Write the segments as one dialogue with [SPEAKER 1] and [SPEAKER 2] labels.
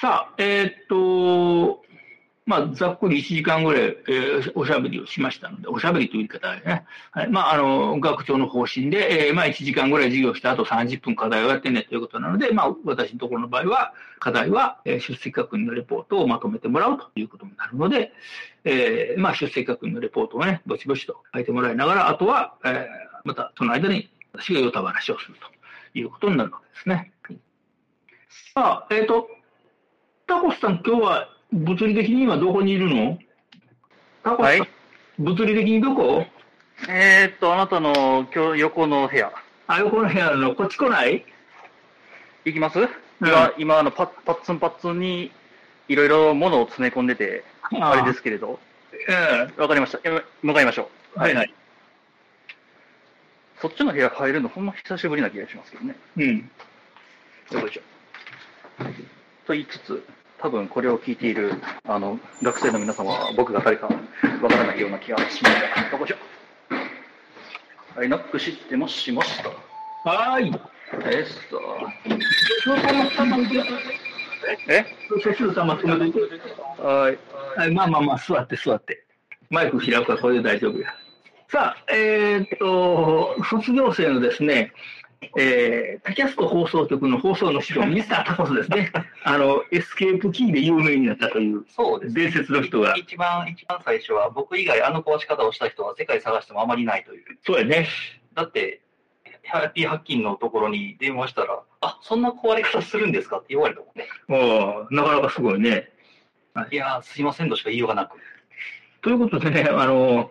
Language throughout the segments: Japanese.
[SPEAKER 1] さあ、えーっと、まあ、ざっくり1時間ぐらい、えーおしゃべりをしましたので、おしゃべりという言い方でね、はい、まあ、あの、学長の方針で、えーまあ、1時間ぐらい授業した後30分課題をやってねということなので、まあ、私のところの場合は、課題は、えー出席確認のレポートをまとめてもらうということになるので、えーまあ、出席確認のレポートをね、ぼちぼちと書いてもらいながら、あとは、えーまた、その間に、私がヨタ話をするということになるわけですね。さあ、えっ、と、タコスさん、今日は物理的に今どこにいるのタコスさん、
[SPEAKER 2] はい
[SPEAKER 1] 物理的にどこ
[SPEAKER 2] えー、っと、あなたの今日横の部屋、
[SPEAKER 1] あ、横の部屋のこっち来ない
[SPEAKER 2] 行きます、今、今あのパッ、パッツンパッツンにいろいろ物を詰め込んでて、
[SPEAKER 1] あ。
[SPEAKER 2] あれですすけれど、
[SPEAKER 1] え
[SPEAKER 2] わかりました。今向かいましょ
[SPEAKER 1] えはいはい。
[SPEAKER 2] う。そっちの部屋入るの、ほんま久しぶりな気がしますけどね。
[SPEAKER 1] うん。
[SPEAKER 2] よいしょ。と言いつつ、多分これを聞いているあの学生の皆様は、僕が誰かわからないような気がしますが、よいしょ。はい、ノックしてもしもしと。
[SPEAKER 1] はーい。
[SPEAKER 2] えーっと。
[SPEAKER 1] そこの下まで行く
[SPEAKER 2] え
[SPEAKER 1] そそ様止めてくれて
[SPEAKER 2] はい。
[SPEAKER 1] はい、まあまあまあ、座って座って。マイク開くからこれで大丈夫や。さあ、えーっと、卒業生のですね、えー、タキャスト放送局の放送の師匠、ミスタータコスですね。あの、エスケープキーで有名になったという
[SPEAKER 3] そうですね。
[SPEAKER 1] 伝説の人が。
[SPEAKER 3] 一番、一番最初は、僕以外あの壊し方をした人は世界探してもあまりないという。
[SPEAKER 1] そうやね。
[SPEAKER 3] だって、ハッピーハッキンのところに電話したら、あ、そんな壊れ方するんですかって言われたもんね。
[SPEAKER 1] おなかなかすごいね。
[SPEAKER 3] いやー、すいませんとしか言いようがなく。
[SPEAKER 1] ということで ね、あの、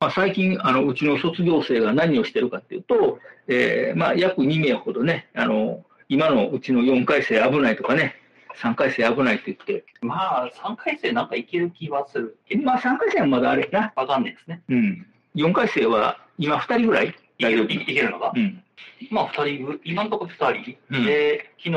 [SPEAKER 1] まあ、最近、あの、うちの卒業生が何をしてるかっていうと、えーまあ、約2名ほどね、あの、今のうちの4回生危ないとかね、3回生危ないって言って、
[SPEAKER 3] まあ、3回生なんかいける気はするけど、
[SPEAKER 1] まあ、3回生はまだあれやな。
[SPEAKER 3] わかんないですね。
[SPEAKER 1] うん。4回生は今2人ぐらい
[SPEAKER 3] いけるいけるのが、
[SPEAKER 1] うん。
[SPEAKER 3] まあ、2人、今のところ2人、
[SPEAKER 1] うん
[SPEAKER 3] で、昨日、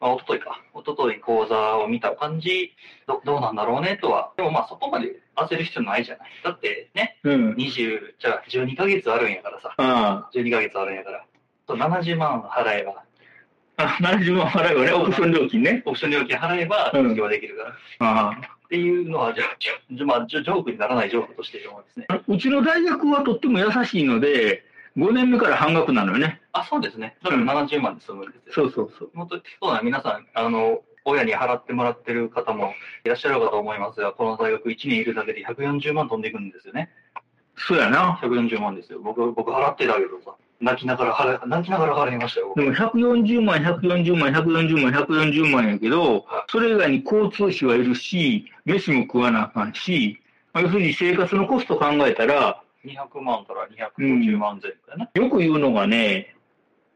[SPEAKER 3] まあ、一昨日か、一昨日講座を見た感じど、どうなんだろうねとは、でもまあ、そこまで焦る必要ないじゃない。だってね、
[SPEAKER 1] うん。
[SPEAKER 3] 20、じゃあ12ヶ月あるんやからさ、
[SPEAKER 1] あ
[SPEAKER 3] 12ヶ月あるんやから、そう70万払えば、
[SPEAKER 1] あ。あ、70万払えばね、オプション料金ね。
[SPEAKER 3] オプション料金払えば、
[SPEAKER 1] うん
[SPEAKER 3] 卒業できるから、っ
[SPEAKER 1] あ
[SPEAKER 3] ていうのは、じゃあ、じゃあじゃあまあ、ジョジョークにならないジョークとして思うんですね。
[SPEAKER 1] あ。うちの大学はとっても優しいので、5年目から半額なのよね。
[SPEAKER 3] あ、そうですね。だから70万で済むんです
[SPEAKER 1] そ
[SPEAKER 3] よ。
[SPEAKER 1] うそうそう。
[SPEAKER 3] 本当にそうだ、皆さん、あの、親に払ってもらってる方もいらっしゃるかと思いますが、この大学1年いるだけで140万飛んでいくんですよね。
[SPEAKER 1] そうやな。
[SPEAKER 3] 140万ですよ。僕、僕払ってたけどさ、泣きながら払い、泣きながら払いましたよ。
[SPEAKER 1] でも140万、140万、140万、140万やけど
[SPEAKER 3] は、
[SPEAKER 1] それ以外に交通費はいるし、飯も食わなあかんし、まあ要するに生活のコスト考えたら、
[SPEAKER 3] 200万から250万前後だね。
[SPEAKER 1] よく言うのがね、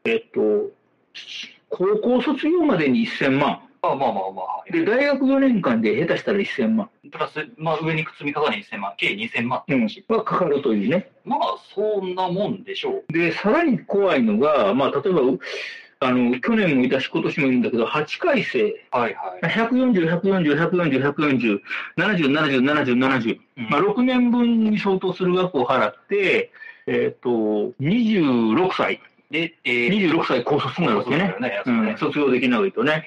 [SPEAKER 1] えっと、高校卒業までに1000万。
[SPEAKER 3] まあまあまあまあ。
[SPEAKER 1] で、大学4年間で下手したら1000万。
[SPEAKER 3] プラス、まあ上に積み重ね1000万、計2000万。
[SPEAKER 1] うん。はかかるというね。
[SPEAKER 3] まあ、そんなもんでしょう。
[SPEAKER 1] で、さらに怖いのが、まあ、例えば、うあの、去年もいたし、今年もいるんだけど、8回生。
[SPEAKER 3] はいはい。
[SPEAKER 1] 140、140、140、140、70、70、70、70。
[SPEAKER 3] うん
[SPEAKER 1] まあ、6年分に相当する額を払って、えっ、と、26歳、
[SPEAKER 3] で、えー、
[SPEAKER 1] 26歳高卒になるわけね。
[SPEAKER 3] そうですよ
[SPEAKER 1] う
[SPEAKER 3] ね
[SPEAKER 1] ん、卒業できないとね。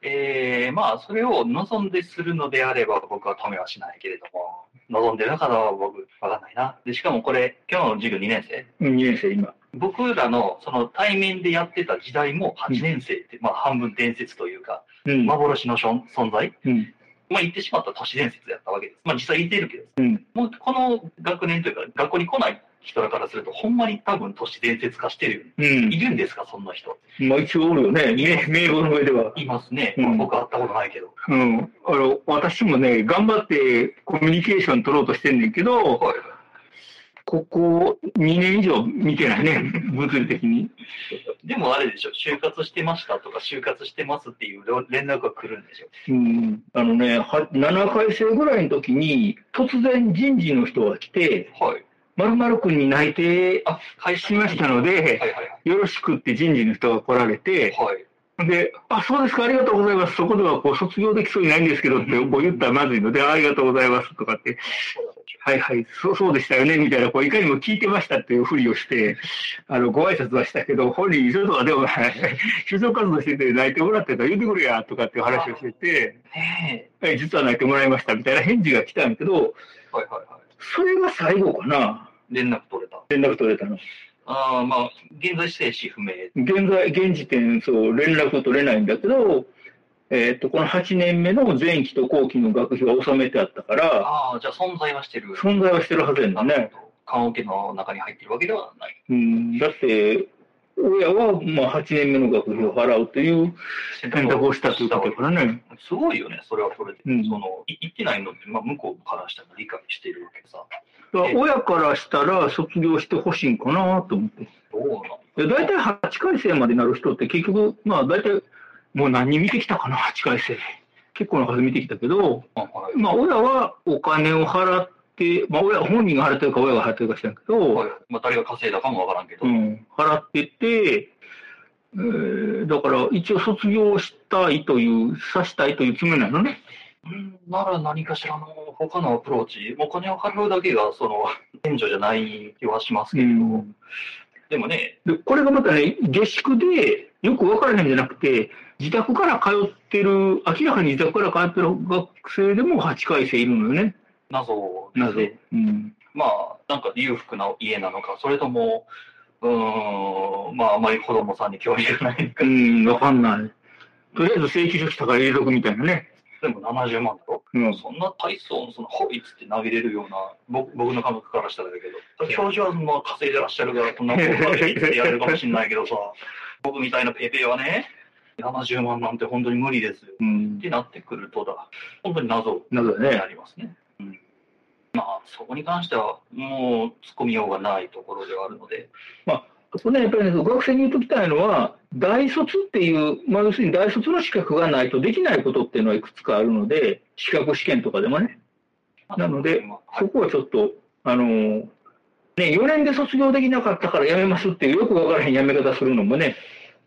[SPEAKER 3] えー、まあ、それを望んでするのであれば、僕は止めはしないけれども、望んでなかったら僕、わかんないな。で、しかもこれ、今日の授業2年生。
[SPEAKER 1] 2年生、今。
[SPEAKER 3] 僕らの、その対面でやってた時代も8年生って、まあ、半分伝説というか、
[SPEAKER 1] うん。
[SPEAKER 3] 幻のしょん存在。
[SPEAKER 1] うん。
[SPEAKER 3] まあ、言ってしまったら都市伝説やったわけです。まあ、実際言ってるけど、
[SPEAKER 1] うん
[SPEAKER 3] もうこの学年というか、学校に来ない人らからすると、ほんまに多分都市伝説化してるよね。
[SPEAKER 1] うん
[SPEAKER 3] いるんですか、そんな人。
[SPEAKER 1] まあ一応おるよね、名名簿の上では。
[SPEAKER 3] いますね。
[SPEAKER 1] うん
[SPEAKER 3] 僕会ったことないけど。
[SPEAKER 1] うん。あの、私もね、頑張ってコミュニケーション取ろうとしてんねんけど、
[SPEAKER 3] はい
[SPEAKER 1] ここ2年以上見てないね、物理的に。
[SPEAKER 3] でもあれでしょ、就活してましたとか、就活してますっていう連絡が来るんでしょ。
[SPEAKER 1] うん。あのね、は7回生ぐらいの時に、突然人事の人が来て、
[SPEAKER 3] はい。
[SPEAKER 1] 〇〇君に内定
[SPEAKER 3] あ、返
[SPEAKER 1] しましたので
[SPEAKER 3] はいはいは
[SPEAKER 1] よろしくって人事の人が来られ
[SPEAKER 3] い。
[SPEAKER 1] て、
[SPEAKER 3] はい。
[SPEAKER 1] で、あ、そうですか、ありがとうございます。そこではこう卒業できそうにないんですけどってこう言ったらまずいので、ありがとうございますとかって、はいはい、そうそうでしたよね、みたいな、こういかにも聞いてましたっていうふりをして、あの、ご挨拶はしたけど、本人一緒とはでも、 就職活動してて泣いてもらってたら言ってくれや、とかっていう話をしてて、
[SPEAKER 3] ね
[SPEAKER 1] え実は泣いてもらいましたみたいな返事が来たんやけど、
[SPEAKER 3] え。はいはいは
[SPEAKER 1] それが最後かな、
[SPEAKER 3] い。連絡取れた。
[SPEAKER 1] 連絡取れたの。
[SPEAKER 3] ああ、まあ、現在生死不明。
[SPEAKER 1] 現在、現時点、そう、連絡取れないんだけど、えっと、この8年目の前期と後期の学費は納めてあったから、
[SPEAKER 3] ああ、じゃあ存在はしてる。
[SPEAKER 1] 存在はしてるはずやんだ
[SPEAKER 3] な
[SPEAKER 1] ね
[SPEAKER 3] る。ほど。棺桶の中に入ってるわけではない。
[SPEAKER 1] うん、だって、親は、まあ、8年目の学費を払うという選択をしたということだからね。
[SPEAKER 3] すごいよね、それはそれで。
[SPEAKER 1] うん
[SPEAKER 3] その、い行ってないのって、まあ、向こうからしたら理解してるわけでさ。
[SPEAKER 1] だから親からしたら卒業してほしいんかなと思って。
[SPEAKER 3] どうなの
[SPEAKER 1] で大体8回生までなる人って結局、まあ大体、もう何人見てきたかな、8回生。結構な数見てきたけど、
[SPEAKER 3] はい
[SPEAKER 1] まあ親はお金を払って、まあ親、本人が払ってるか親が払ってるか知らんけど、
[SPEAKER 3] はい。まあ、誰が稼いだかもわからんけど。
[SPEAKER 1] うん、払ってて、えーだから一応卒業したいという、さしたいという決めなのね。
[SPEAKER 3] うんなら何かしらの他のアプローチ、お金を払うだけがその 援助じゃない気はしますけれど、
[SPEAKER 1] うん
[SPEAKER 3] でもね、
[SPEAKER 1] で、これがまたね、下宿で、よく分からへんじゃなくて、自宅から通ってる、明らかに自宅から通ってる学生でも8回生いるのよね、
[SPEAKER 3] 謎です
[SPEAKER 1] な
[SPEAKER 3] ね
[SPEAKER 1] ぜ。。うん。
[SPEAKER 3] まあ、なんか裕福な家なのか、それとも、うーん、まあ、あまり子供さんに興味がないの
[SPEAKER 1] う
[SPEAKER 3] か、
[SPEAKER 1] ん、分かんない。とりあえず請求書来たから入れとくみたいなね。
[SPEAKER 3] でも70万だろ
[SPEAKER 1] うん。
[SPEAKER 3] そんな体操の、その、ホイッつって投げれるような、僕僕の家族からしたらだけど、教授はその稼いでらっしゃるから、そんなことはできてやれるかもしれないけどさ、 僕みたいなペイペイはね、70万なんて本当に無理ですよ。
[SPEAKER 1] うん
[SPEAKER 3] っ。てなってくるとだ、本当に謎に
[SPEAKER 1] なるほどね
[SPEAKER 3] な。りますね。うんまあ、そこに関しては、もう突っ込みようがないところではあるので、
[SPEAKER 1] ここね、やっぱりね、学生に言うときたいのは、大卒っていう、まあ、要するに大卒の資格がないとできないことっていうのはいくつかあるので、資格試験とかでもね、なので
[SPEAKER 3] まあ、は
[SPEAKER 1] そ
[SPEAKER 3] い
[SPEAKER 1] こはちょっと、あのーね、4年で卒業できなかったから辞めますっていう、よくわからへん辞め方するのもね、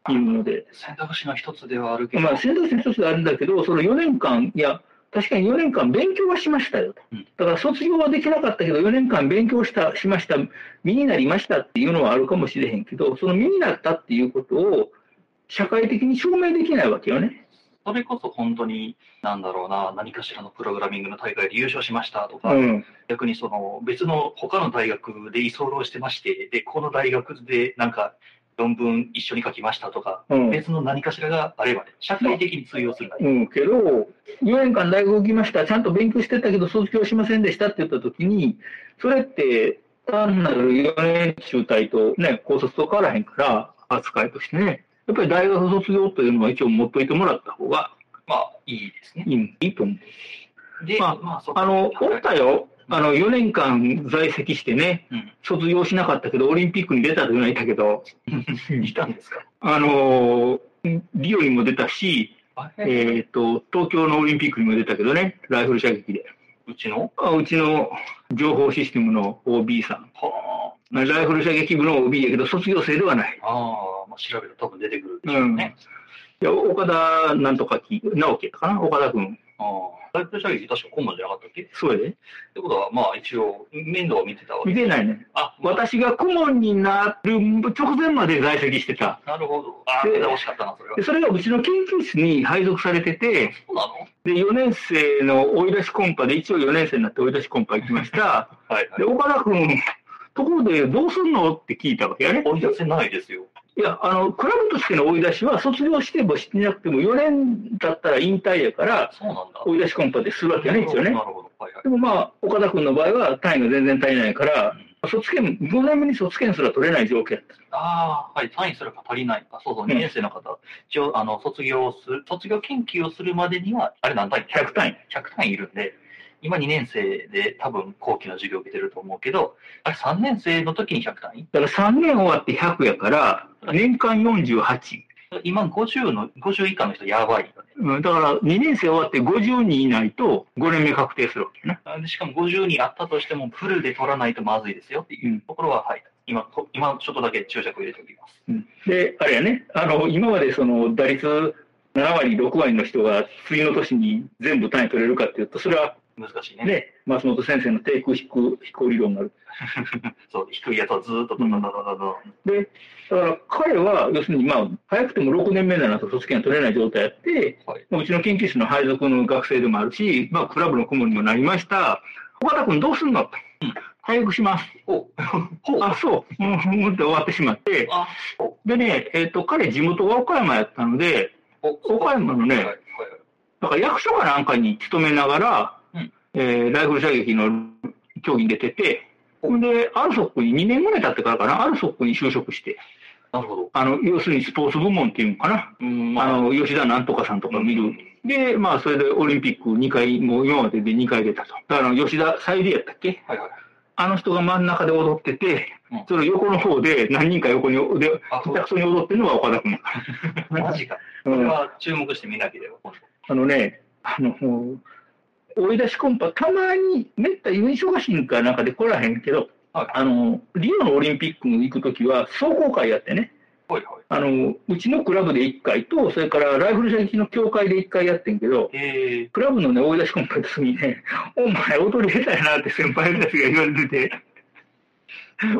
[SPEAKER 1] いるので、
[SPEAKER 3] 選択肢の一つではあるけど、
[SPEAKER 1] まあ、選択肢の一つであるんだけど、その4年間、いや、確かに4年間勉強はしましたよと
[SPEAKER 3] うん。
[SPEAKER 1] だから卒業はできなかったけど、4年間勉強した、しました、身になりましたっていうのはあるかもしれへんけど、その身になったっていうことを社会的に証明できないわけよね。
[SPEAKER 3] それこそ本当に、なんだろうな、何かしらのプログラミングの大会で優勝しましたとか、
[SPEAKER 1] ん。
[SPEAKER 3] 逆にその別の他の大学で居候してまして、で、この大学でなんか論文一緒に書きましたとか、
[SPEAKER 1] うん。
[SPEAKER 3] 別の何かしらがあればね、社会的に通用するなり
[SPEAKER 1] うん、けど、4年間大学行きました、ちゃんと勉強してたけど卒業しませんでしたって言ったときに、それって単なる4年中退とね、高卒と変わらへんから、扱いとしてね。やっぱり大学卒業というのは一応持っといてもらった方が
[SPEAKER 3] まあ、いいですね。
[SPEAKER 1] いいいいと思う。
[SPEAKER 3] で、
[SPEAKER 1] まあ
[SPEAKER 3] まあ、そこ
[SPEAKER 1] あの、
[SPEAKER 3] はい
[SPEAKER 1] おったよ。あの、4年間在籍してね、
[SPEAKER 3] うん
[SPEAKER 1] 卒業しなかったけど、オリンピックに出たというのはいたけど、
[SPEAKER 3] いたんですか。
[SPEAKER 1] あのーリオにも出たし、え
[SPEAKER 3] え
[SPEAKER 1] ーっ、と、東京のオリンピックにも出たけどね、ライフル射撃で。
[SPEAKER 3] うちの
[SPEAKER 1] あうちの情報システムの OB さん。
[SPEAKER 3] は
[SPEAKER 1] ライフル射撃部の OB やけど、卒業生ではない。
[SPEAKER 3] あ、ああ、まあ、調べると多分出てくるでし
[SPEAKER 1] う。
[SPEAKER 3] ょうんね。
[SPEAKER 1] いや岡田なんとかき、直樹やったかな岡田君。
[SPEAKER 3] ああ、大学射撃確か顧問じゃなかったっけっ
[SPEAKER 1] そうやで。
[SPEAKER 3] てことは、まあ一応、面倒を見てたわ
[SPEAKER 1] 見
[SPEAKER 3] け。
[SPEAKER 1] てないね。
[SPEAKER 3] あ、ま
[SPEAKER 1] 私が顧問になる直前まで在籍してた。
[SPEAKER 3] なるほど。ああ、
[SPEAKER 1] で
[SPEAKER 3] 惜しかったな、それは
[SPEAKER 1] で。それがうちの研究室に配属されてて、
[SPEAKER 3] そうなの
[SPEAKER 1] で、4年生の追い出しコンパで、一応4年生になって追い出しコンパ行きました。
[SPEAKER 3] はいは
[SPEAKER 1] で、
[SPEAKER 3] い。
[SPEAKER 1] 岡田君、ところでどうすんのって聞いたわけやね。
[SPEAKER 3] 追い出せないですよ。
[SPEAKER 1] いや、あの、クラブとしての追い出しは卒業してもしてなくても、4年だったら引退やから、
[SPEAKER 3] そうなんだ。
[SPEAKER 1] 追い出しコンパでするわけやね、一応
[SPEAKER 3] なる
[SPEAKER 1] ね。
[SPEAKER 3] ほど。はいはい。
[SPEAKER 1] でもまあ、岡田君の場合は単位が全然足りないから、卒検、5年目に卒検すら取れない状況やった。
[SPEAKER 3] ああ、はい、単位すら足りない。あそうそう、
[SPEAKER 1] うん
[SPEAKER 3] 2年生の方、一応、あの、卒業する、卒業研究をするまでには、あれ何単位
[SPEAKER 1] 100単位。
[SPEAKER 3] 100単位いるんで、今2年生で多分後期の授業を受けてると思うけど、あれ3年生の時に100単位
[SPEAKER 1] だから3年終わって100やから、年間48。
[SPEAKER 3] 今50の、50以下の人やばいよね。
[SPEAKER 1] うん、だから、2年生終わって50人いないと、5年目確定するわけよね。
[SPEAKER 3] でしかも50人あったとしても、フルで取らないとまずいですよっていうところは、はい。今、と今ちょっとだけ注釈入れておきます。
[SPEAKER 1] で、あれやね、あの、今までその、打率7割、6割の人が、次の年に全部単位取れるかっていうと、それは
[SPEAKER 3] 難しいね。
[SPEAKER 1] ね、松本先生の低空飛行飛行理論になる。
[SPEAKER 3] そう、低いやつはずーっとドドドドドド。
[SPEAKER 1] で、だから彼は、要するに、まあ、早くても6年目だなと卒検は取れない状態やって、
[SPEAKER 3] はい
[SPEAKER 1] まあうちの研究室の配属の学生でもあるし、まあ、クラブの顧問にもなりました。岡田君どうすんのと。回復します。
[SPEAKER 3] おほう。
[SPEAKER 1] あ、そう。うん、うんうんって終わってしまって。
[SPEAKER 3] あお
[SPEAKER 1] でね、えっ、と、彼地元が岡山やったので、
[SPEAKER 3] お
[SPEAKER 1] 岡山のね
[SPEAKER 3] はいはい
[SPEAKER 1] だから役所かなんかに勤めながら、
[SPEAKER 3] うん
[SPEAKER 1] えーライフル射撃の競技に出てて、ほんで、アルソックに2年ぐらい経ってからかな、アルソックに就職して、
[SPEAKER 3] なるほど。
[SPEAKER 1] あの、要するにスポーツ部門っていうのかな、
[SPEAKER 3] うん、
[SPEAKER 1] あ
[SPEAKER 3] まあ、
[SPEAKER 1] の、吉田なんとかさんとか見る。
[SPEAKER 3] うん
[SPEAKER 1] で、まあ、それでオリンピック2回、もう今までで2回出たと。だから、吉田さゆりやったっけ
[SPEAKER 3] はいはい。
[SPEAKER 1] あの人が真ん中で踊ってて
[SPEAKER 3] うん、
[SPEAKER 1] その横の方で何人か横に、で、
[SPEAKER 3] あ、そ
[SPEAKER 1] 下
[SPEAKER 3] う
[SPEAKER 1] 手
[SPEAKER 3] だ
[SPEAKER 1] く。そに踊ってるのが岡田君やか
[SPEAKER 3] マジか。
[SPEAKER 1] ら。
[SPEAKER 3] こ
[SPEAKER 1] う
[SPEAKER 3] れ
[SPEAKER 1] ん
[SPEAKER 3] は注目してみなければ。
[SPEAKER 1] あのね、あの、もう追い出しコンパ、たまに、めったに忙しいんかなんかで来らへんけど、
[SPEAKER 3] はい
[SPEAKER 1] あの、リオのオリンピックに行くときは、壮行会やってね、
[SPEAKER 3] はいはい。
[SPEAKER 1] あの、うちのクラブで1回と、それからライフル射撃の協会で1回やってんけど、
[SPEAKER 3] え
[SPEAKER 1] クラブのね、追い出しコンパの時にね、お前踊り下手やなって先輩たちが言われてて、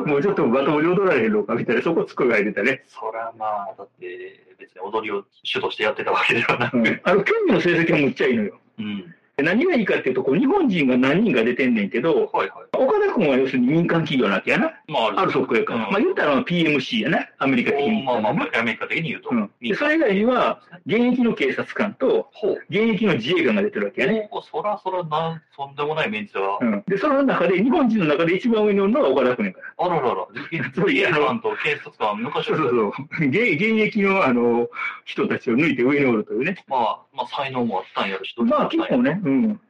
[SPEAKER 1] もうちょっとまともに踊られへんのかみたいな、そこつくが入れたね。
[SPEAKER 3] ー、そらまあ、だって、別に踊りを主としてやってたわけではなく。
[SPEAKER 1] あの、競技の成績はむっちゃいいのよ。
[SPEAKER 3] うん。
[SPEAKER 1] で何がいいかっていうと、こう日本人が何人が出てんねんけど、
[SPEAKER 3] はいは
[SPEAKER 1] 岡田君は要するに民間企業なわけやな。
[SPEAKER 3] い。まあ、
[SPEAKER 1] あるソフトウェアから。
[SPEAKER 3] うん
[SPEAKER 1] まあ言うたら PMC やな。アメリカ的に。
[SPEAKER 3] まあまあ、アメリカ的に言うと。
[SPEAKER 1] うん、でそれ以外には、現役の警察官と、
[SPEAKER 3] ほう。
[SPEAKER 1] 現役の自衛官が出てるわけやね。
[SPEAKER 3] ほうそらそらなん、とんでもないメンツは。
[SPEAKER 1] うん、で、その中で、日本人の中で一番上に乗るのが岡田君やから。
[SPEAKER 3] あららら。現役官と警察官は昔
[SPEAKER 1] そ
[SPEAKER 3] は
[SPEAKER 1] うそうそう。現現役の、あの、人たちを抜いて上におるというね。
[SPEAKER 3] まあ、まあ、才能もあったんやろし、どっち
[SPEAKER 1] ま
[SPEAKER 3] もあ
[SPEAKER 1] あ
[SPEAKER 3] ったん
[SPEAKER 1] 結
[SPEAKER 3] や
[SPEAKER 1] 構
[SPEAKER 3] ろ
[SPEAKER 1] ね、うん。
[SPEAKER 3] 現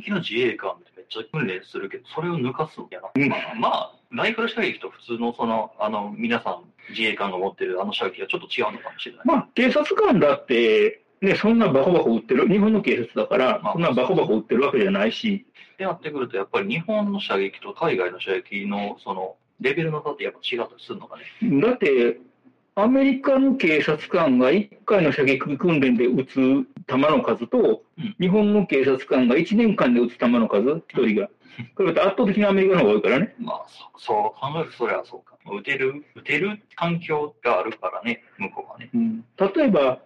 [SPEAKER 3] 役の自衛官ってめっちゃ訓練するけど、それを抜かすんやな。
[SPEAKER 1] うん
[SPEAKER 3] まあ、まあ、ライフル射撃と普通のその、あの、皆さん自衛官が持ってるあの射撃はちょっと違うのかもしれない。
[SPEAKER 1] まあ警察官だって、ね、そんなバコバコ売ってる、日本の警察だから
[SPEAKER 3] まあ、
[SPEAKER 1] そんなバコバコ売ってるわけじゃないし、
[SPEAKER 3] ってなってくると、やっぱり日本の射撃と海外の射撃の、その、レベルの差ってやっぱ違ったりするのかね。
[SPEAKER 1] だって、アメリカの警察官が1回の射撃訓練で撃つ弾の数と、
[SPEAKER 3] うん
[SPEAKER 1] 日本の警察官が1年間で撃つ弾の数、1人が。これだって圧倒的にアメリカの方が多いからね。
[SPEAKER 3] まあ、そそう考えるとそりゃそうか。打てる、打てる環境があるからね、向こうはね。
[SPEAKER 1] 例えば、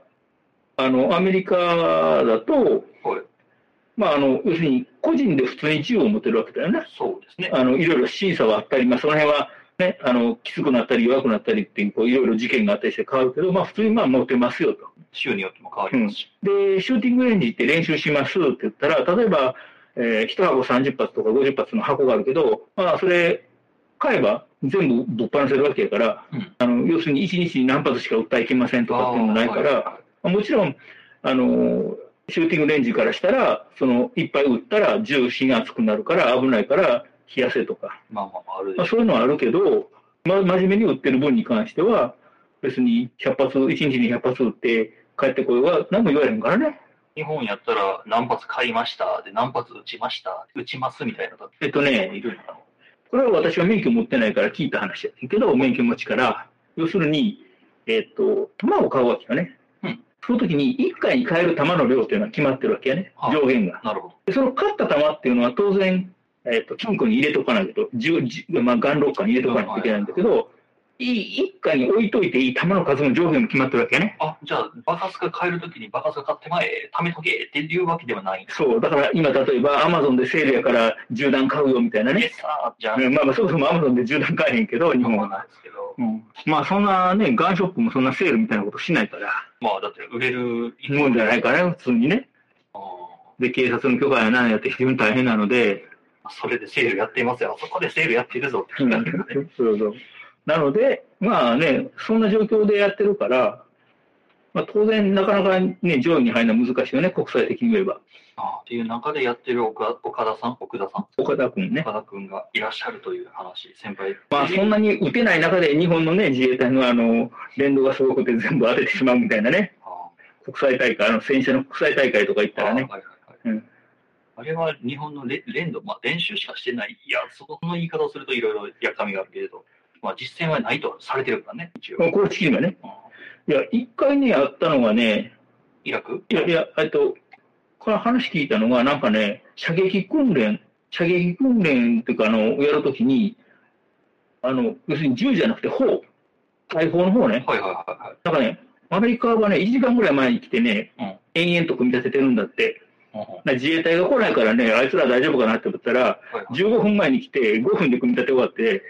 [SPEAKER 1] あの、アメリカだと、
[SPEAKER 3] はい。
[SPEAKER 1] まあ、あの、要するに個人で普通に銃を持てるわけだよね。
[SPEAKER 3] そうですね。
[SPEAKER 1] あの、いろいろ審査はあったり、まあ、その辺は、ね、あの、きつくなったり弱くなったりっていう、こう、いろいろ事件があったりして変わるけど、まあ、普通にまあ、持てますよと。
[SPEAKER 3] 州によっても変わりますし。
[SPEAKER 1] で、シューティングレンジって練習しますって言ったら、例えば、え1箱30発とか50発の箱があるけど、まあ、それ、買えば全部ぶっ放せるわけやから、
[SPEAKER 3] うん
[SPEAKER 1] あの要するに1日に何発しか撃ったらいけませんとかっていうのもないから、
[SPEAKER 3] あーはい
[SPEAKER 1] まあもちろん、あの、シューティングレンジからしたら、その、いっぱい撃ったら銃火が熱くなるから危ないから冷やせとか、
[SPEAKER 3] まあまあまあ、あるでしょ
[SPEAKER 1] まあ、そういうのはあるけど、ま、真面目に撃ってる分に関しては、別に100発、1日に100発撃って帰ってこようが何も言われへんからね。
[SPEAKER 3] 日本やったら何発買いましたで何発打ちました打ちますみたいなの
[SPEAKER 1] えっとね、
[SPEAKER 3] いるのか
[SPEAKER 1] これは私は免許持ってないから聞いた話やねんけど、免許持ちから、要するに、えっと、弾を買うわけよね。
[SPEAKER 3] うん
[SPEAKER 1] その時に1回に買える弾の量っていうのは決まってるわけやね、
[SPEAKER 3] はい
[SPEAKER 1] 上限が。
[SPEAKER 3] な。なるほど。
[SPEAKER 1] でその買った弾っていうのは当然、えっと金庫に入れとかないと、銃銃まあ、ガンロッカーに入れとかないといけないんだけど、いい一家に置いといていい弾の数も上限も決まってるわけやね。
[SPEAKER 3] あ、じゃあ、バカスカ買えるときにバカスカ買ってまえ、貯めとけっていうわけではない。
[SPEAKER 1] そう、だから今例えばアマゾンでセールやから銃弾買うよみたいな
[SPEAKER 3] え
[SPEAKER 1] ね。
[SPEAKER 3] さあ、じゃあ、
[SPEAKER 1] うんまあまあそもそもアマゾンで銃弾買えへんけど、日
[SPEAKER 3] 日
[SPEAKER 1] 本
[SPEAKER 3] 本は
[SPEAKER 1] は。
[SPEAKER 3] ないですけど、
[SPEAKER 1] うん、まあそんなね、ガンショップもそんなセールみたいなことしないから、
[SPEAKER 3] まあ、だって売れる一
[SPEAKER 1] もんじゃないからね、普通にね。
[SPEAKER 3] あ
[SPEAKER 1] で、警察の許可や何やって非常に大変なので、
[SPEAKER 3] ーそれでセールやっていますよ。そこでセールやってる ぞ って聞いたんだよね。
[SPEAKER 1] そうそう。なので、まあね、そんな状況でやってるから、まあ、当然、なかなかね、上位に入るのは難しいよね、国際的に言えば。
[SPEAKER 3] あーっていう中でやってる岡岡田さん、奥田さん、
[SPEAKER 1] 岡田君ね。
[SPEAKER 3] 岡田君がいらっしゃるという話、先輩。
[SPEAKER 1] まあ、そんなに打てない中で、日本のね、自衛隊のあの、連動がすごくて全部当ててしまうみたいなね、
[SPEAKER 3] あー
[SPEAKER 1] 国際大会、あの、戦車の国際大会とか行ったらね
[SPEAKER 3] あ、はいはい
[SPEAKER 1] うん
[SPEAKER 3] はいあれは日本のレ連動、まあ、練習しかしてない、いや、そこの言い方をするといろいろやっかみがあるけれど、まあ、実践はないとされてるからね、一応。
[SPEAKER 1] 公式にはね。
[SPEAKER 3] うん
[SPEAKER 1] いや、一回ね、やったのがね、
[SPEAKER 3] イラク
[SPEAKER 1] いや、いや、えっと、この話聞いたのが、なんかね、射撃訓練、射撃訓練っていうか、あの、やるときに、あの、要するに銃じゃなくて砲、大砲の方ね。
[SPEAKER 3] はいはいはいはい。
[SPEAKER 1] なんかね、アメリカはね、1時間ぐらい前に来てね、
[SPEAKER 3] うん
[SPEAKER 1] 延々と組み立ててるんだって。な自衛隊が来ないからね、あいつら大丈夫かなって思ったら、
[SPEAKER 3] はいはい
[SPEAKER 1] 15分前に来て、5分で組み立て終わって、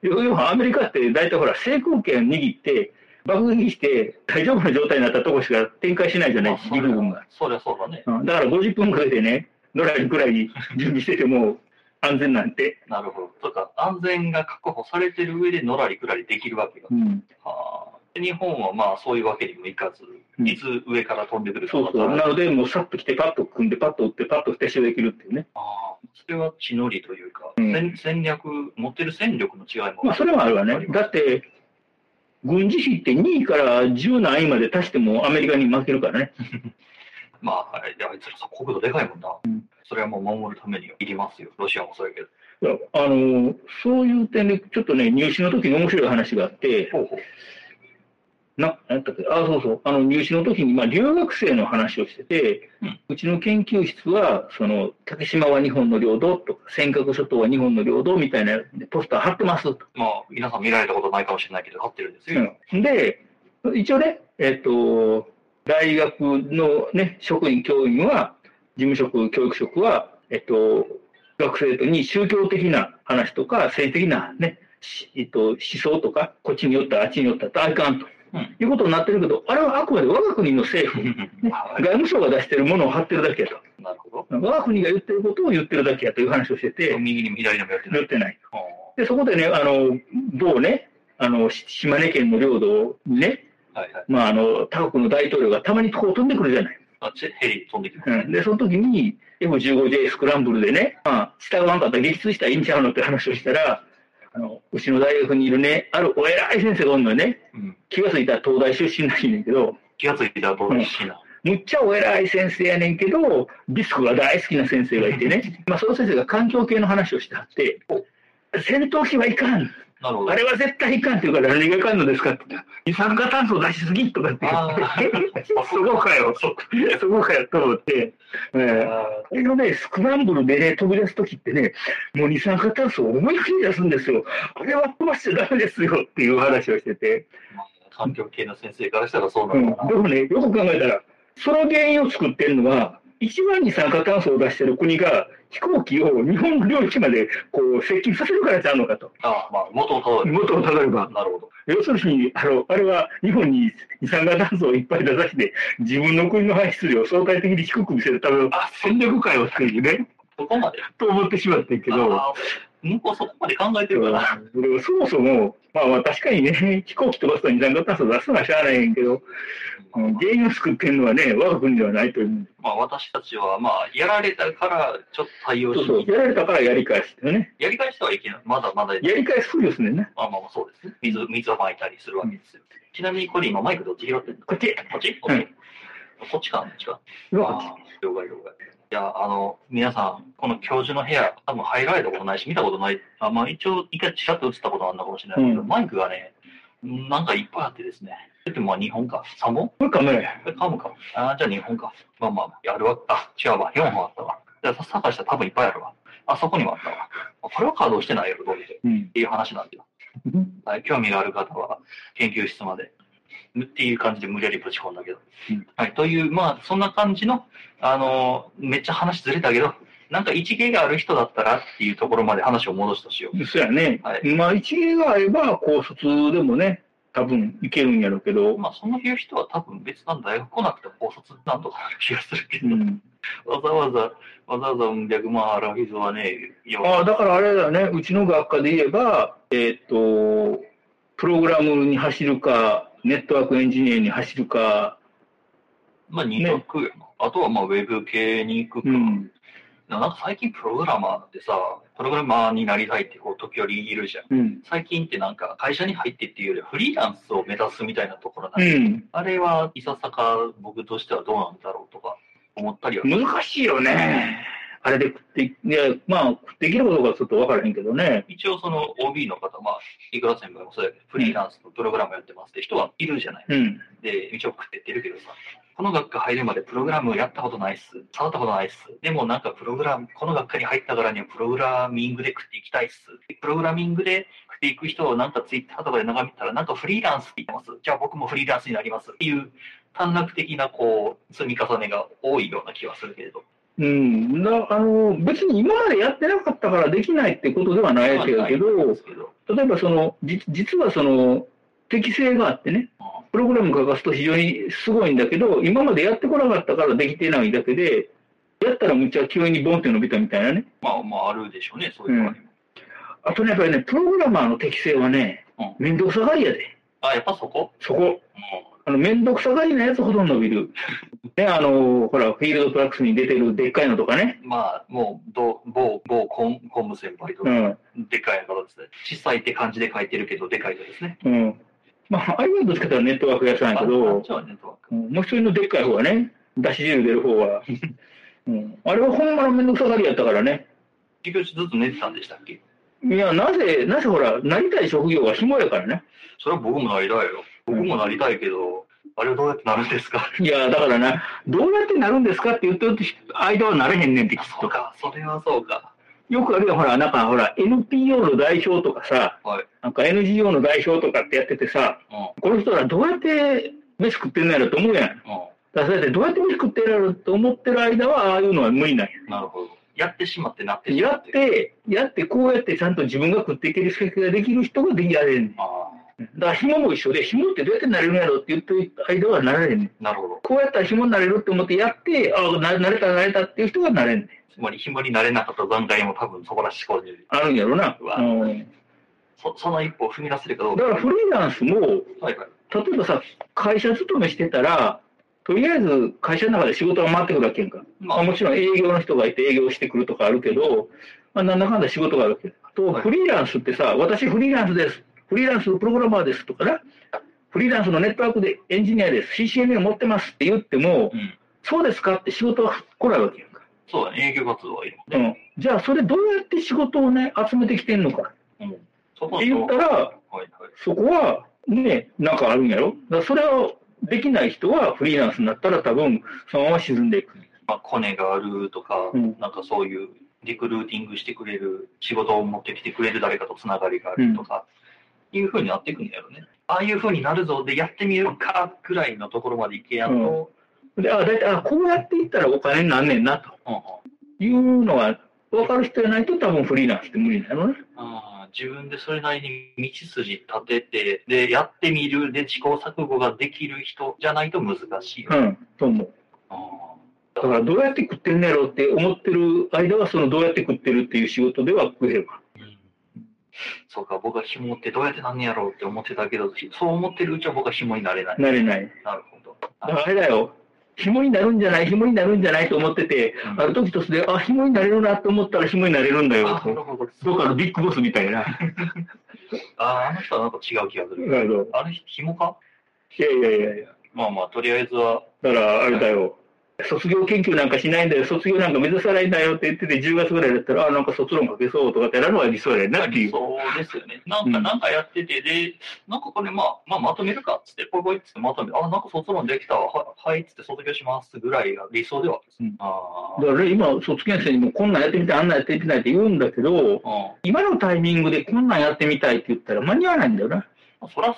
[SPEAKER 1] 要要はアメリカって大体ほら、制空権握って、爆撃して、大丈夫な状態になったとこしか展開しないじゃない、
[SPEAKER 3] まあ
[SPEAKER 1] 陸軍が。
[SPEAKER 3] そりゃそうだね。
[SPEAKER 1] うんだから50分かけてね、ぐらいぐらいに準備してても安全なんて。
[SPEAKER 3] なるほど。とか、安全が確保されてる上で、のらりくらりできるわけよ。
[SPEAKER 1] うん
[SPEAKER 3] はあで日本はまあ、そういうわけにもいかず、
[SPEAKER 1] うん
[SPEAKER 3] いつ上から飛んでくる
[SPEAKER 1] そう
[SPEAKER 3] か
[SPEAKER 1] そう。
[SPEAKER 3] な
[SPEAKER 1] なので、もうさっと来て、パッと組んで、パッと打って、パッと撤収できるっていうね。
[SPEAKER 3] ああそれは地の利というか、
[SPEAKER 1] うん
[SPEAKER 3] 戦戦略、持ってる戦力の違いも
[SPEAKER 1] まあ、それはあるわ
[SPEAKER 3] あ
[SPEAKER 1] ね
[SPEAKER 3] り。ます
[SPEAKER 1] だって、軍事費って2位から10何位まで足してもアメリカに負けるからね。
[SPEAKER 3] まあ、あいやあいつらさ、国土でかいもんな。それはもう守るためにいりますよ。ロシアもそうやけど。
[SPEAKER 1] いやあのーそういう点で、ちょっとね、入試の時に面白い話があって、
[SPEAKER 3] ほうほう。
[SPEAKER 1] な、なんだっけ、あ、そうそう、あの、入試の時に、まあ、留学生の話をしてて、
[SPEAKER 3] う
[SPEAKER 1] うんちの研究室は、その、竹島は日本の領土とか、尖閣諸島は日本の領土みたいなポスター貼ってますと。
[SPEAKER 3] まあ、皆さん見られたことないかもしれないけど、勝ってるんですよ。
[SPEAKER 1] うんで、一応ね、えっ、と、大学のね、職員、教員は、事務職、教育職は、えっ、と、学生に宗教的な話とか、性的なね、しえっと、思想とか、こっちに寄った、あっちに寄ったと、あいかんと、
[SPEAKER 3] うん
[SPEAKER 1] いうことになってるけど、あれはあくまで我が国の政府、
[SPEAKER 3] は
[SPEAKER 1] 外務省が出してるものを貼ってるだけやと。
[SPEAKER 3] いなるほど。
[SPEAKER 1] 我が国が言ってることを言ってるだけやという話をしてて、
[SPEAKER 3] 右にも左にもやってな
[SPEAKER 1] 言っ
[SPEAKER 3] い。
[SPEAKER 1] てない。
[SPEAKER 3] ああ
[SPEAKER 1] で、そこでね、あの、某ね、あの、し島根県の領土にね、
[SPEAKER 3] はいはい。
[SPEAKER 1] まあ、あの、他国の大統領がたまにこう飛んでくるじゃない。
[SPEAKER 3] あっち、ヘリ飛んできます
[SPEAKER 1] う
[SPEAKER 3] ね。
[SPEAKER 1] ん、で、その時に F15J スクランブルでね、まあ、従わんかったら撃墜したらいいんちゃうのって話をしたら、あの、うちの大学にいるね、あるお偉い先生がおんのよね、
[SPEAKER 3] うん
[SPEAKER 1] 気がついたら東大出身らしいねんけど、
[SPEAKER 3] 気がついてたらどうでしいな。
[SPEAKER 1] むっちゃお偉い先生やねんけど、リスクが大好きな先生がいてね、まあ、その先生が環境系の話をしてはって、戦闘機はいかん。
[SPEAKER 3] なるほど。
[SPEAKER 1] あれは絶対いかんって言うから、何がいかんのですかって言ったら二酸化炭素出しすぎとかって言
[SPEAKER 3] あ
[SPEAKER 1] って、 そこかよ、
[SPEAKER 3] そっか
[SPEAKER 1] そこかよと思って、えー、
[SPEAKER 3] あ
[SPEAKER 1] あれのね、スクランブルでね、飛び出すときってね、もう二酸化炭素を思いっきり出すんですよ。あれは飛ばしちゃダメですよっていう話をしてて、
[SPEAKER 3] ーまあ環境系の先生からしたらそうな
[SPEAKER 1] うん、
[SPEAKER 3] の
[SPEAKER 1] で
[SPEAKER 3] かな。
[SPEAKER 1] もね、よく考えたら、その原因を作ってるのは、一番二酸化炭素を出してる国が飛行機を日本の領域までこう接近させるからちゃうのかと。
[SPEAKER 3] ああ、まあ、元をたどる。
[SPEAKER 1] 元をたどれば。
[SPEAKER 3] なるほど。
[SPEAKER 1] 要するに、あの、あれは日本に二酸化炭素をいっぱい出させて、自分の国の排出量を相対的に低く見せるための
[SPEAKER 3] あ、そ
[SPEAKER 1] 戦略会を作るね、
[SPEAKER 3] そこまで。
[SPEAKER 1] と思ってしまってんけど、
[SPEAKER 3] ああ向こうそこまで考え
[SPEAKER 1] で
[SPEAKER 3] て
[SPEAKER 1] も
[SPEAKER 3] るか
[SPEAKER 1] で
[SPEAKER 3] ら。
[SPEAKER 1] もそもそも、まあまあ確かにね、飛行機飛ばすと二酸化炭素出すのはしゃあないんやけど、うん原因を作ってるのはね、我が国ではないという。
[SPEAKER 3] まあ、私たちは、まあ、やられたから、ちょっと対応し
[SPEAKER 1] そう
[SPEAKER 3] に
[SPEAKER 1] そう、やられたからやり返すってね。
[SPEAKER 3] やり返してはいけない。まだまだ、
[SPEAKER 1] やり返すふりをするねんな。
[SPEAKER 3] まあまあまあそうですね。水、水をまいたりするわけですよ。ちなみにこれ今マイクどっち拾ってんの
[SPEAKER 1] こっち、
[SPEAKER 3] こっちこ
[SPEAKER 1] う
[SPEAKER 3] っ
[SPEAKER 1] ん
[SPEAKER 3] ち、こっちかこっちか。
[SPEAKER 1] うわこっち
[SPEAKER 3] ああ、了解了解。いや、あの、皆さん、この教授の部屋、多分入られたことないし、見たことない。あまあ一応、一回チラッと映ったことあるのかもしれないけど、
[SPEAKER 1] うん
[SPEAKER 3] マイクがね、なんかいっぱいあってですね。だってまあ日本か。3本
[SPEAKER 1] これカメラや。
[SPEAKER 3] これカムか。ああ、じゃあ日本か。まあまあ、やるわ。あ、違うわ。4本あったわ。じゃあ、さ探したら多分いっぱいあるわ。あそこにもあったわ。あこれは稼働してないよ、どう見て。
[SPEAKER 1] うん
[SPEAKER 3] っ。ていう話なんだよ。はい、興味がある方は研究室まで。っていう感じで無理やりぶち込んだけど。
[SPEAKER 1] うん
[SPEAKER 3] はい、という、まあ、そんな感じの、あのーめっちゃ話ずれたけど、なんか一芸がある人だったらっていうところまで話を戻すとしよう。
[SPEAKER 1] そうやね。
[SPEAKER 3] は
[SPEAKER 1] まあ一芸があれば、高卒でもね、多分いけるんやろうけど、
[SPEAKER 3] まあ、そのいう人は多分別な大学来なくても高卒なんとかなる気がするけ
[SPEAKER 1] う
[SPEAKER 3] ど、
[SPEAKER 1] ん。
[SPEAKER 3] わざわざ、わざわざ100万あるわけではねえよ。
[SPEAKER 1] ああ、だからあれだよね、うちの学科で言えば、えーっ、と、プログラムに走るか、ネットワークエンジニアに走るか、
[SPEAKER 3] まあ、二択やな。あとは、まあ、ウェブ系に行くか。
[SPEAKER 1] うん。
[SPEAKER 3] なんか最近プログラマーってさ、プログラマーになりたいってこう時折いるじゃん。
[SPEAKER 1] うん。
[SPEAKER 3] 最近ってなんか会社に入ってっていうよりはフリーランスを目指すみたいなところなん
[SPEAKER 1] う
[SPEAKER 3] で、
[SPEAKER 1] ん。
[SPEAKER 3] あれはいささか僕としてはどうなんだろうとか思ったりは。
[SPEAKER 1] 難しいよね。あれで食って、ね、まあ、できることがちょっとわからへんけどね。
[SPEAKER 3] 一応その OB の方、まあ、いくら先輩もそうやけど、フリーランスのプログラムやってますって人はいるじゃない。
[SPEAKER 1] うん。
[SPEAKER 3] で、一応食ってってるけどさ、この学科入るまでプログラムやったことないっす。触ったことないっす。でもなんかプログラム、この学科に入ったからにはプログラミングで食っていきたいっす。プログラミングで食っていく人をなんかツイッターとかで眺めてたらなんかフリーランスって言ってます。じゃあ僕もフリーランスになりますっていう短絡的なこう、積み重ねが多いような気はするけれど。
[SPEAKER 1] うん。なあの、別に今までやってなかったからできないってことではないですけ
[SPEAKER 3] まあないん
[SPEAKER 1] ど
[SPEAKER 3] で、すけど
[SPEAKER 1] 例えばその、じ実はその、適性があってね、プログラム書かすと非常にすごいんだけど、今までやってこなかったからできてないだけで、やったらむっちゃ急にボンって伸びたみたいなね。
[SPEAKER 3] まあまああるでしょうね、そういうのはね。
[SPEAKER 1] あとね、やっぱりね、プログラマーの適性はね、
[SPEAKER 3] う
[SPEAKER 1] 面倒くさがりやで。
[SPEAKER 3] あ、やっぱそこ
[SPEAKER 1] そこ。あの、めんどくさがりなやつほど伸び る。ね、あの、ほら、フィールドトラックスに出てるでっかいのとかね。
[SPEAKER 3] うんまあ、もう、ど某、某コン、コンム先輩とか
[SPEAKER 1] うん。
[SPEAKER 3] でかい方ですね。小さいって感じで書いてるけど、でかい人ですね。
[SPEAKER 1] うん。まあ、ああいうのどっちかというとネットワーク屋さんやけど、
[SPEAKER 3] じゃあネットワーク。
[SPEAKER 1] うんもう一人のでっかい方はね、出し汁出る方 は。うん。あれはほんまのめんどくさがりやったからね。
[SPEAKER 3] 授業中ずっと寝てたんでしたっけ
[SPEAKER 1] いや、なぜ、なぜほら、なりたい職業は紐やからね。
[SPEAKER 3] それは僕もなりたいよ。僕もなりたいけど、あれはどうやってなるんです か
[SPEAKER 1] いや、だからな、どうやってなるんですかって言ってる間はなれへんねんってきっ
[SPEAKER 3] そう
[SPEAKER 1] と。
[SPEAKER 3] か、それはそうか。
[SPEAKER 1] よくあるよ、ほら、なんかほら、NPO の代表とかさ、
[SPEAKER 3] はい
[SPEAKER 1] なんか NGO の代表とかってやっててさ、
[SPEAKER 3] うん、うん。
[SPEAKER 1] この人らどうやって飯食ってんのやろと思うやん。だからそうやってどうやって飯食ってんのやろと思ってる間は、ああいうのは無理なん
[SPEAKER 3] なるほど。やってしまってなってし
[SPEAKER 1] や。
[SPEAKER 3] ま
[SPEAKER 1] やっ。て、やってこうやってちゃんと自分が食っていける仕掛けができる人ができられるねん。だ
[SPEAKER 3] あ
[SPEAKER 1] から紐も一緒で、紐ってどうやってなれるんやろって言ってる間はなられんねん。
[SPEAKER 3] あ、なるほど。
[SPEAKER 1] こうやったら紐になれるって思ってやって、ああ、ななれたなれたっていう人がなれんねん。
[SPEAKER 3] つまり、ひまりなれなかった段階も多分そこらしこに
[SPEAKER 1] あるんやろな。
[SPEAKER 3] うわ
[SPEAKER 1] うん
[SPEAKER 3] そその一歩を踏み出せるかどう
[SPEAKER 1] だ
[SPEAKER 3] か。
[SPEAKER 1] からフリーランスも、
[SPEAKER 3] はいはい。
[SPEAKER 1] 例えばさ、会社勤めしてたら、とりあえず会社の中で仕事が回ってくるわけやんか。
[SPEAKER 3] ま
[SPEAKER 1] まあ、も
[SPEAKER 3] あ、
[SPEAKER 1] ちろん営業の人がいて営業してくるとかあるけど、まあ、なんだかんだ仕事があるわけ。あと、
[SPEAKER 3] はい
[SPEAKER 1] フリーランスってさ、私フリーランスです。フリーランスのプログラマーですとかな。フリーランスのネットワークでエンジニアです。CCNA 持ってますって言っても、
[SPEAKER 3] うん。
[SPEAKER 1] そうですかって仕事は来ないわけやんか。
[SPEAKER 3] そうだね、営業活動はいるもん
[SPEAKER 1] う
[SPEAKER 3] ね。
[SPEAKER 1] ん。じゃあ、それどうやって仕事をね、集めてきてんのか
[SPEAKER 3] うん。そ
[SPEAKER 1] っ
[SPEAKER 3] こ
[SPEAKER 1] て言ったら、
[SPEAKER 3] はいはい。
[SPEAKER 1] そこは、ね、なんかあるんやろだからそれをできない人はフリーランスになったら多分、そのまま沈んでいく。
[SPEAKER 3] まあ、コネがあるとか、
[SPEAKER 1] うん
[SPEAKER 3] なんかそういうリクルーティングしてくれる、仕事を持ってきてくれる誰かとつながりがあるとか、いうふうになっていくんだよね。ああいうふうになるぞでやってみるかぐらいのところまでいけやんと、
[SPEAKER 1] うんで、あ、だいたい、あ、こうやっていったらお金になんねんな、
[SPEAKER 3] うんうん
[SPEAKER 1] というのは、分かる人じゃないと多分フリーランスって無理なのね。
[SPEAKER 3] あー自分でそれなりに道筋立てて、で、やってみる、で、試行錯誤ができる人じゃないと難しいよ。
[SPEAKER 1] うん、と思う。だからどうやって食ってんねやろって思ってる間は、そのどうやって食ってるっていう仕事では食えるか
[SPEAKER 3] うんそうか、僕は紐ってどうやってなんねやろうって思ってたけど、そう思ってるうちは僕は紐になれない。
[SPEAKER 1] ら。なれない。
[SPEAKER 3] なるほど。
[SPEAKER 1] だからあれだよ。紐になるんじゃない、紐になるんじゃないと思ってて、
[SPEAKER 3] うん
[SPEAKER 1] ある時突然、あ、紐になれるなと思ったら紐になれるんだよ。
[SPEAKER 3] あなるほど。
[SPEAKER 1] だからビッグボスみたいな。
[SPEAKER 3] ああの人はなんか違う気がする。
[SPEAKER 1] なるほど
[SPEAKER 3] あの人、紐か
[SPEAKER 1] いやいやいやいや。
[SPEAKER 3] まあまあ、とりあえずは、
[SPEAKER 1] だから、あれだよ。卒業研究なんかしないんだよ、卒業なんか目指さないんだよって言ってて、10月ぐらいだったら、あ、なんか卒論書けそうとかってやるのは理想やねんなっていう。
[SPEAKER 3] そうですよね。な
[SPEAKER 1] うんん
[SPEAKER 3] か、なんかやってて、で、なんかこれ、まあ、まあ、まとめるかっつって、ぽいぽいっつってまとめて、あ、なんか卒論できたわ、ははいっつって卒業しますぐらいが理想ではあるんです
[SPEAKER 1] う
[SPEAKER 3] ね
[SPEAKER 1] ん
[SPEAKER 3] あ
[SPEAKER 1] だから今、卒業生にもこんなんやってみたい、あんなんやってみたいって言うんだけど、
[SPEAKER 3] あ。うん
[SPEAKER 1] 今のタイミングでこんなんやってみたいって言ったら間に合わないんだよな。
[SPEAKER 3] まあそら、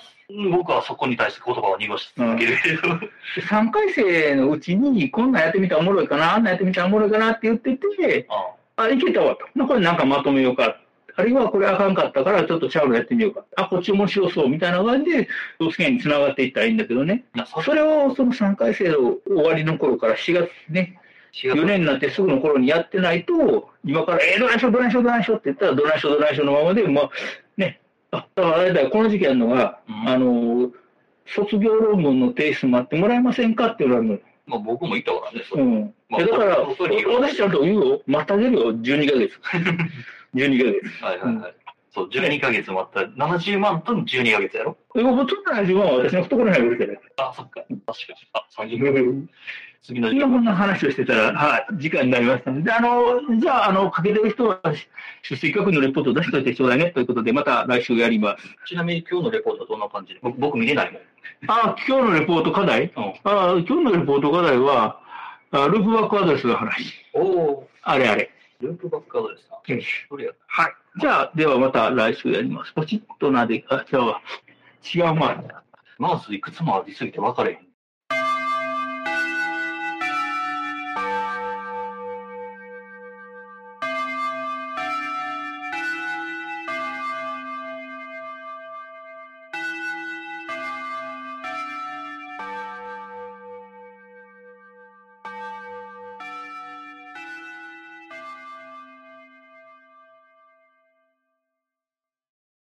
[SPEAKER 3] 僕はそこに対して言葉を濁し続けるけ ど、
[SPEAKER 1] で3回生のうちに、こんなんやってみたらおもろいかな、あんなんやってみたらおもろいかなって言ってて、
[SPEAKER 3] あ
[SPEAKER 1] あ、いけたわと。なこれなんかまとめようか。あるいはこれあかんかったから、ちょっとちゃうのやってみようか。あ、こっち面白そうみたいな感じで、卒業につながっていったらいいんだけどね。
[SPEAKER 3] あ。そ
[SPEAKER 1] それをその3回生の終わりの頃から4月ね、
[SPEAKER 3] 違
[SPEAKER 1] 4
[SPEAKER 3] う。
[SPEAKER 1] 年になってすぐの頃にやってないと、今から、えー、どないしょ、どないしょ、どないしょって言ったら、どないしょ、どないしょのままで、まあ、ね、あ、だからあれだよ、この時期やるのが、
[SPEAKER 3] うん
[SPEAKER 1] あの、卒業論文の提出待ってもらえませんかって言われる
[SPEAKER 3] まあ、僕も言ったからね、そ
[SPEAKER 1] の。うん。
[SPEAKER 3] まあ
[SPEAKER 1] いやだから、
[SPEAKER 3] 本当に
[SPEAKER 1] 私ちゃんと言うよ、待たげるよ、12ヶ月。 12ヶ月。
[SPEAKER 3] はいはいはい。そう、12ヶ月待った。70万と12ヶ月やろ
[SPEAKER 1] これがほとんどの自分は私の懐に入るけど。
[SPEAKER 3] あ、そっか。確かに。あ、30分。次の
[SPEAKER 1] そん
[SPEAKER 3] 時
[SPEAKER 1] な
[SPEAKER 3] 間。
[SPEAKER 1] こんな話をしてたら、はい、時間になりましたので、あの、じゃあ、あの、かけてる人は出席確認のレポートを出しておいてちょうだいねということで、また来週やります。
[SPEAKER 3] ちなみに今日のレポートはどんな感じで僕僕見れないもん。
[SPEAKER 1] あ、今日のレポート課題
[SPEAKER 3] うん
[SPEAKER 1] あ今日のレポート課題は、あループバックアドレスの話。
[SPEAKER 3] おお。
[SPEAKER 1] あれあれ。
[SPEAKER 3] ループバックアドレス
[SPEAKER 1] う
[SPEAKER 3] な。
[SPEAKER 1] ん
[SPEAKER 3] どれやった
[SPEAKER 1] はい。じゃあ、ではまた来週やります。ポチッとなで、あ、じゃあ、違うまあ。
[SPEAKER 3] マウスいくつもありすぎて分かれへん。